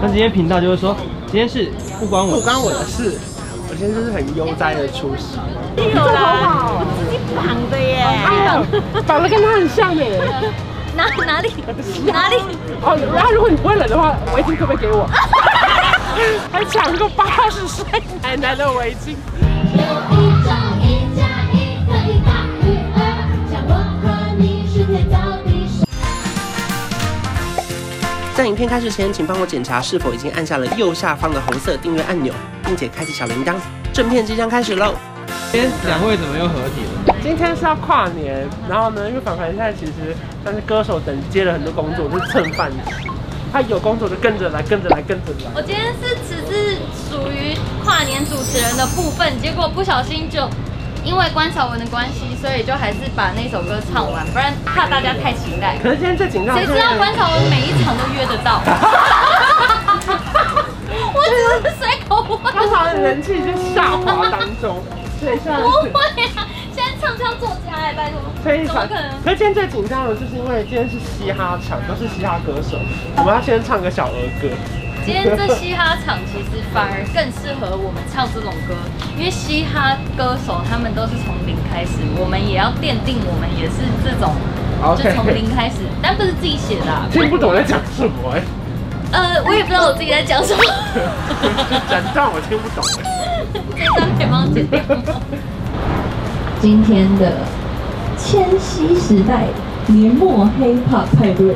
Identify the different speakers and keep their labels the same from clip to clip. Speaker 1: 那今天频道就是说，今天是不关我
Speaker 2: 不关我的事，我今天就是很悠哉的出席。
Speaker 3: 有啦，我自己绑的耶。
Speaker 4: 长得跟他很像哎。
Speaker 3: 哪 哪里哪里？
Speaker 4: 哦，然后如果你不会冷的话，围巾可不可以给我？还抢个八十岁奶奶的围巾。
Speaker 5: 有一种一加一可以大于二，像我和你是天造地设。
Speaker 2: 在影片开始前，请帮我检查是否已经按下了右下方的红色订阅按钮，并且开启小铃铛。正片即将开始喽！
Speaker 1: 今天两位怎么又合体了？
Speaker 4: 今天是要跨年，然后呢，因为凡凡现在其实算是歌手等接了很多工作，就是蹭饭吃。他有工作就跟着来，跟着来，跟着来。
Speaker 3: 我今天是只是属于跨年主持人的部分，结果不小心就因为关晓雯的关系，所以就还是把那首歌唱完，不然怕大家太期待。
Speaker 4: 可是今天最紧张的
Speaker 3: 谁
Speaker 4: 是，
Speaker 3: 知道关晓雯每一场都约得到？ 我只是随口 问。
Speaker 4: 刚好人气就下滑当 中，所以现在
Speaker 3: 不会啊，现在唱腔作家哎，拜托，
Speaker 4: 非
Speaker 3: 怎么
Speaker 4: 常
Speaker 3: 可能？
Speaker 4: 可是今天最紧张的就是因为今天是嘻哈场，都是嘻哈歌手，我们要先唱个小儿歌。
Speaker 3: 今天这嘻哈场其实反而更适合我们唱这种歌，因为嘻哈歌手他们都是从零开始，我们也要奠定我们也是这种
Speaker 4: OK
Speaker 3: 就从零开始，但不是自己写 的、啊。
Speaker 4: 听不懂在讲什么 哎、
Speaker 3: 呃，我也不知道我自己在讲什么。
Speaker 4: 整段我听不懂欸哎、
Speaker 3: 这段可以帮我剪掉吗？
Speaker 6: 今天的千禧时代年末 hiphop 派对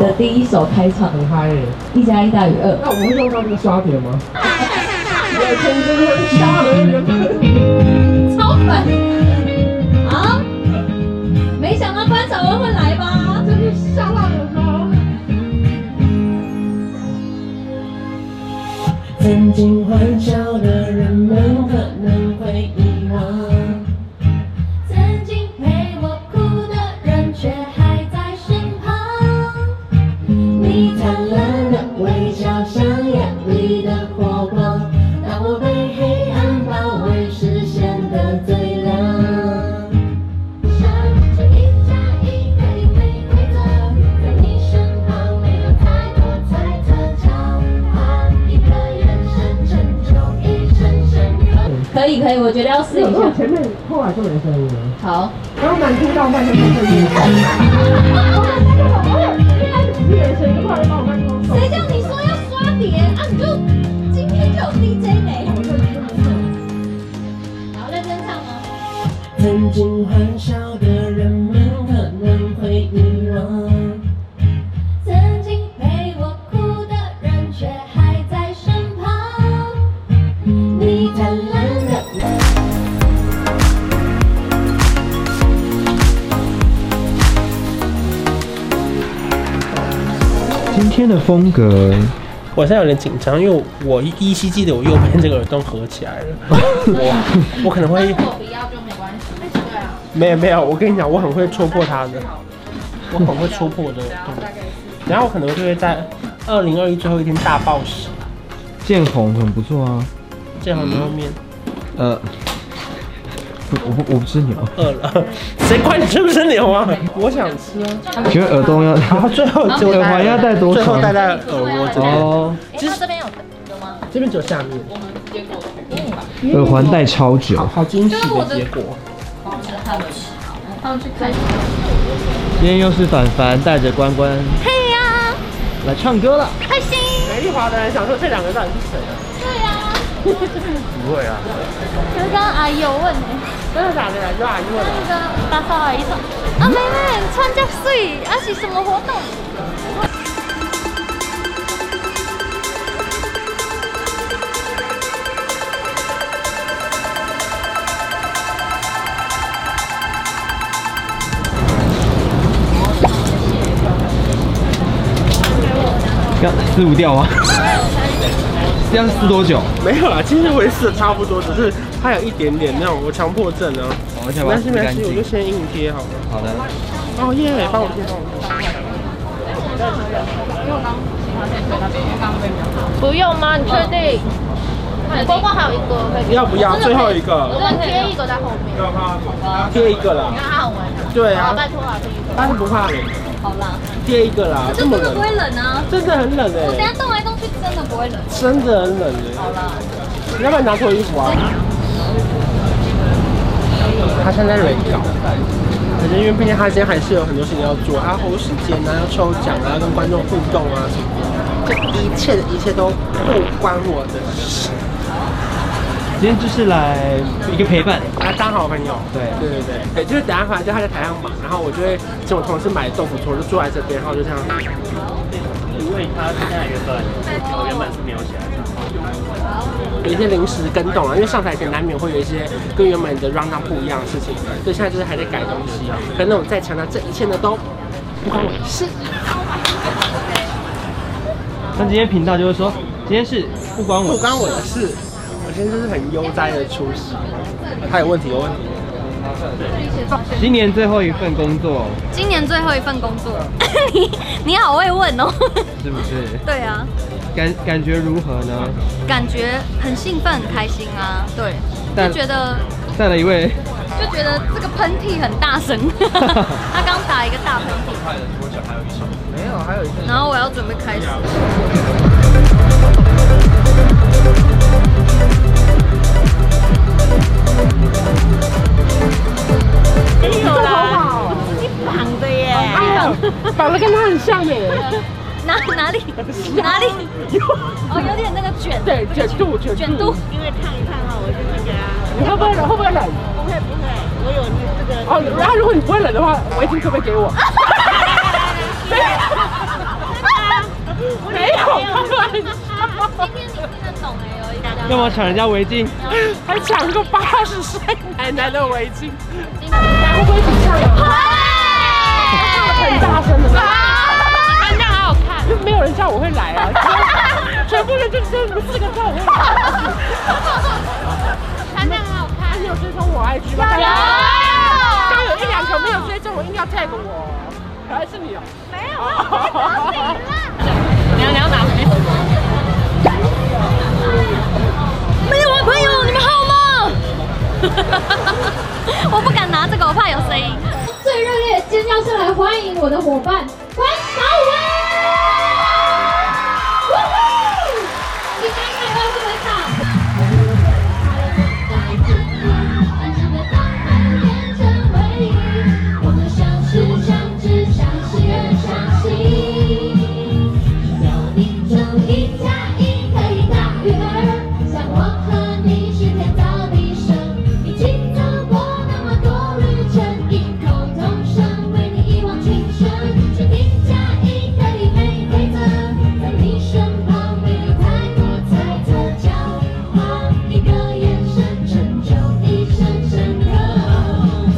Speaker 6: 的第一首开场，
Speaker 4: 很嗨哎、
Speaker 6: 一加一大于二。
Speaker 4: 那我们会用到这个刷点吗？ 我天真的很吓人，
Speaker 3: 超烦啊！没想到关晓雯会来吧？真是吓到人了。
Speaker 7: 曾经欢笑的人们可能会遗忘，
Speaker 5: 曾经陪我哭的人却还在身旁，你灿
Speaker 7: 灿烂的
Speaker 5: 烂的
Speaker 7: 微
Speaker 5: 微
Speaker 7: 笑
Speaker 5: 笑
Speaker 7: 像
Speaker 5: 像
Speaker 7: 眼
Speaker 5: 眼
Speaker 7: 里
Speaker 5: 里
Speaker 7: 的
Speaker 5: 的
Speaker 7: 火
Speaker 5: 火
Speaker 7: 光
Speaker 5: 光，，
Speaker 7: 当我被黑暗包围时显得最亮。
Speaker 5: 想着一加一可以没规则，在你身旁没有太多猜测，交换一个眼神，成就一生深刻。
Speaker 6: 可以可以，我觉得要试一下。
Speaker 4: 前面后来就没声音了。
Speaker 6: 好，
Speaker 4: 刚刚难听到麦克风声音，
Speaker 3: 谁叫你说要刷碟啊？你就今天就有 DJ 没？好，认真唱哦。
Speaker 7: 曾经欢笑的人们可能会遗忘。
Speaker 5: 曾经陪我哭的人却还在身旁，你灿烂的
Speaker 1: 今天的风格，
Speaker 2: 我现在有点紧张，因为我依稀记得我右边这个耳洞合起来 了，我我可能会
Speaker 3: 不要就没关系。
Speaker 2: 没有没有，我跟你讲，我很会戳破它 的，我很会戳破我的耳洞，然后我可能就会在二零二一最后一天大暴食，
Speaker 1: 见红很不错啊。
Speaker 2: 这样很后 面
Speaker 1: 呃，不我不我不吃牛，
Speaker 2: 饿了，谁管你是不是牛啊？我想吃啊，
Speaker 1: 请问耳洞要
Speaker 2: 然后最后就
Speaker 1: 耳环要戴多
Speaker 2: 最后
Speaker 1: 长？
Speaker 2: 戴在耳窝这边，
Speaker 1: 哦，
Speaker 3: 哎这边有有吗？
Speaker 2: 这边只有下面，
Speaker 1: 耳环戴超久。
Speaker 2: 好惊喜的结果。
Speaker 3: 放去看。
Speaker 1: 今天又是凡凡带着关关
Speaker 3: 嘿呀，
Speaker 1: 来唱歌了。
Speaker 3: 开心。
Speaker 4: 美丽华的人想说这两个到底是谁啊？
Speaker 3: 对呀，
Speaker 2: 不会啊，
Speaker 3: 可是刚刚阿姨有问你，
Speaker 4: 真的假的呀？又来又来。
Speaker 3: 那个打扫阿姨说，啊妹妹，你穿这么水，啊是什么活动？
Speaker 1: 要撕不掉吗？ 这样撕多久？
Speaker 2: 没有啦，其实我也试的差不多，只是它有一点点那种我强迫症啊。
Speaker 4: 哦
Speaker 1: 我想
Speaker 2: 没
Speaker 1: 把
Speaker 2: 关
Speaker 1: 它
Speaker 2: 系
Speaker 1: 撕
Speaker 2: 没
Speaker 1: 干
Speaker 2: 关系，我就
Speaker 1: 净。
Speaker 2: 先硬贴好了。
Speaker 1: 好的，
Speaker 2: 哦耶，帮我贴帮我贴。
Speaker 3: 不用吗？你确定？包包还有一个可以，
Speaker 2: 要不要最后一个？
Speaker 3: 再贴一个在后面。
Speaker 2: 贴一个啦。
Speaker 3: 那按完。
Speaker 2: 对啊，
Speaker 3: 托啊，可以。
Speaker 2: 但是不怕冷。
Speaker 3: 好啦，
Speaker 2: 贴一个啦
Speaker 3: 可，是
Speaker 2: 这么
Speaker 3: 真的
Speaker 2: 冷
Speaker 3: 不，会冷啊！
Speaker 2: 真的很冷
Speaker 3: 我等
Speaker 2: 哎、
Speaker 3: 下动来动去真的不会冷。
Speaker 2: 真的很冷哎、
Speaker 3: 好啦，
Speaker 2: 你要不要拿脱衣服啊？
Speaker 8: 他现在在人搞，
Speaker 2: 反正因为毕竟他今天还是有很多事情要做，他抽时间啊，要抽奖啊，跟观众互动啊什么的，这一切的一切都不关我的事。
Speaker 1: 今天就是来一个陪伴，
Speaker 2: 啊，当好朋友。
Speaker 1: 对
Speaker 2: 对对对，对就是等一下回来就他在台上忙，然后我就会请我同事买豆腐坨，就坐在这边，然后就这样。
Speaker 9: 因为它现在原本我原本是没有起来的，
Speaker 2: 有一些临时跟动啊，因为上台前难免会有一些跟原本的 round down 不一样的事情，所以现在就是还在改东西。啊可能我再强调，这一切呢都不关我的事。
Speaker 1: 那今天频道就是说，今天是不关我
Speaker 2: 不关我的事。我现在就是很悠哉的出席。他有问题，有问题。
Speaker 1: 今年最后一份工作，
Speaker 3: 今年最后一份工作， 你你好会问哦。
Speaker 1: 是不是？
Speaker 3: 对啊，
Speaker 1: 感感觉如何呢？
Speaker 3: 感觉很兴奋、很开心啊。对，
Speaker 1: 但
Speaker 3: 就觉得
Speaker 1: 带了一位，
Speaker 3: 就觉得这个喷嚏很大 声，他刚打一个大喷嚏。没有，还有一然后我要准备开始。有啦，你绑的耶，
Speaker 2: 绑的跟他很像耶。
Speaker 3: 哪哪里哪里有？哦，有点那个卷，
Speaker 2: 对，卷度，卷
Speaker 3: 卷度。
Speaker 2: 你会不会冷？会不会冷？不会，不会。我有这个。哦，然后如果你不会冷的话，围巾可不可以给 我？啊 没有，
Speaker 3: 今天你听得懂哎，有一点。
Speaker 1: 干嘛抢人家围巾？
Speaker 2: 还抢个八十岁奶奶的围巾，很大声 的，
Speaker 3: 真的好好看。
Speaker 2: 就没有人叫我会来啊，全部人就只有你们四个叫我会来。
Speaker 3: 穿这样好看。
Speaker 2: 你有追踪我 IG 吗？刚有一两个没有追踪，我硬要 tag 我，还是你哦？没有。
Speaker 3: 没有啊，朋友，你们好吗？ 我不敢拿这个，我怕有声音。
Speaker 5: 最热烈的尖叫声来欢迎我的伙伴关小文！哇哦！你该该要不能打。一加一可以大于二，像我和你是天造地设，一起走过那么多旅程，异口同声为你一往情深。是一加一可以没规则，在你身旁没有太多猜测，交换一个眼神，成就一生深刻。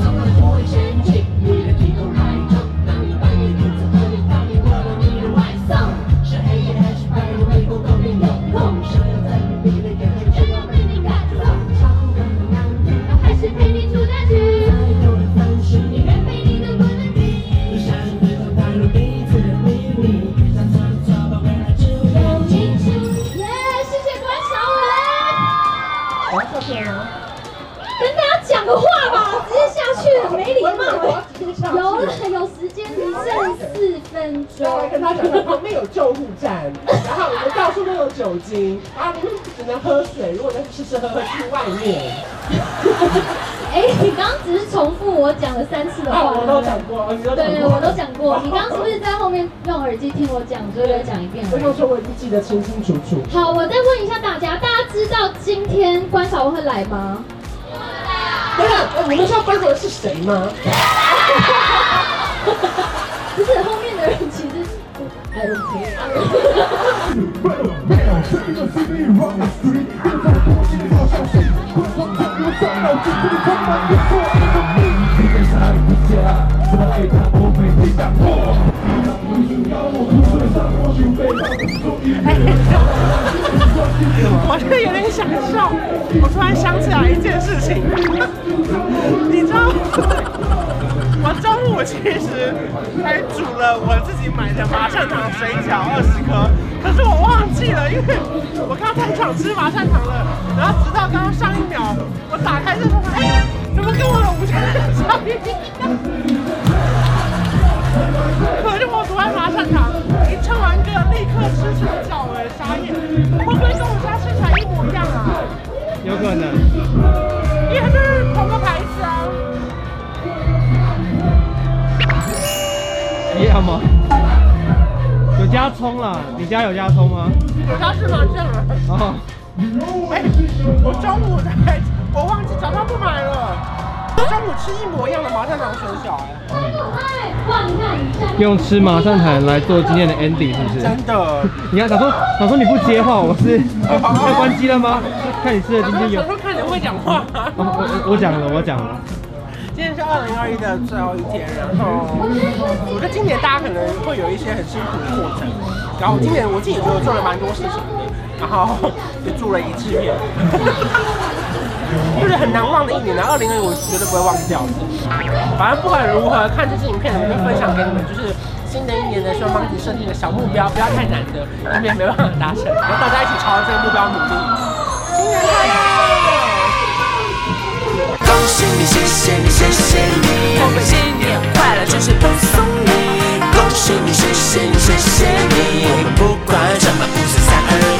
Speaker 5: 走过的多一些，经历的一路来中，当你扮演角色，而你当你我的你的外送，是黑夜还是白日，为不公平有空，生活在你的眼神，只有被你感动。长路难平，我还是陪你走下去。再多的分数，依然被你的温暖给。
Speaker 10: 路上回头探入彼此的秘密，那错就错吧，未来只有你。
Speaker 5: 清楚。耶，谢谢关晓雯。我要跳水吗？跟大家讲个话吧，直接下去了，没礼貌。有啦，有时间只剩四分
Speaker 2: 啊我还
Speaker 5: 钟。
Speaker 2: 跟他讲说旁边有救护 站，然后我们到处都有酒精，然后你们只能喝水，如果能吃吃喝喝去外面。
Speaker 5: 哎，你刚刚只是重复我讲了三次的
Speaker 2: 啊，
Speaker 5: 话。
Speaker 2: 我都讲过，你都
Speaker 5: 对
Speaker 2: 讲过。
Speaker 5: 不对对，我都讲过。你刚刚是不是在后面用耳机听我讲，所以我讲一遍而
Speaker 2: 我
Speaker 5: 已？
Speaker 2: 想说我已经记得清清楚楚。
Speaker 5: 好，我再问一下大家，大家知道今天关晓雯会来吗？
Speaker 2: 等等，你们知道关注的是谁吗？
Speaker 5: 不是，后面的人其实不 I don't care。
Speaker 2: 我就有点想笑，我突然想起来一件事情， 你知道， 我中午其实还煮了我自己买的麻善堂水饺二十颗，可是我忘记了，因为我刚太想吃麻善堂了，然后直到刚刚上一秒，我打开这个，哎， 怎么跟我的午餐相一样？可是会不会跟我们家宣传一模一样啊？
Speaker 1: 有可能。
Speaker 2: 因为它就是同个牌子啊。
Speaker 1: 一样吗？有加葱啦，你家有加葱吗？
Speaker 2: 我家是麻酱啊。
Speaker 1: 哦，
Speaker 2: 哎，我中午才，我忘记早上不买了。我中午吃一模一样的麻酱糖水饺，哎，
Speaker 1: 用吃麻蒜坛来做今天的 ending 是不是？
Speaker 2: 真的。
Speaker 1: 你看，想说想说你不接话，我是要关机了吗？看你吃的
Speaker 2: 小
Speaker 1: 今
Speaker 2: 时候
Speaker 1: 天有
Speaker 2: 小时，候看你会讲话。
Speaker 1: 哦我我我讲了，我讲了。
Speaker 2: 今天是二零二一的最后一天，然后我觉得今年大家可能会有一些很辛苦的过程，然后今年我自己觉得做了蛮多事情的，然后也住了一次院， 就是很难忘的一年。然后二零二一我是绝对不会忘掉的。反正不管如何，看这支影片我们就分享给你们，就是新的一年的时候帮自己设定一个小目标，不要太难的，以免没办法达成。然后大家一起朝着这个目标努力。新年快乐！
Speaker 7: 恭喜你，谢谢你，谢谢你，我们新年快乐，就是恭送你。恭喜你，谢谢你，谢谢你，我们不管什么，不是三二一。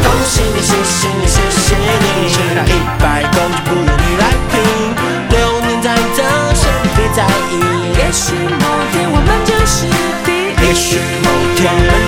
Speaker 7: 恭喜你，谢谢你，谢谢你，吃到一百公斤不用你来拼，流年在走，先别在意。也许某天我们就是第一，也许某天我们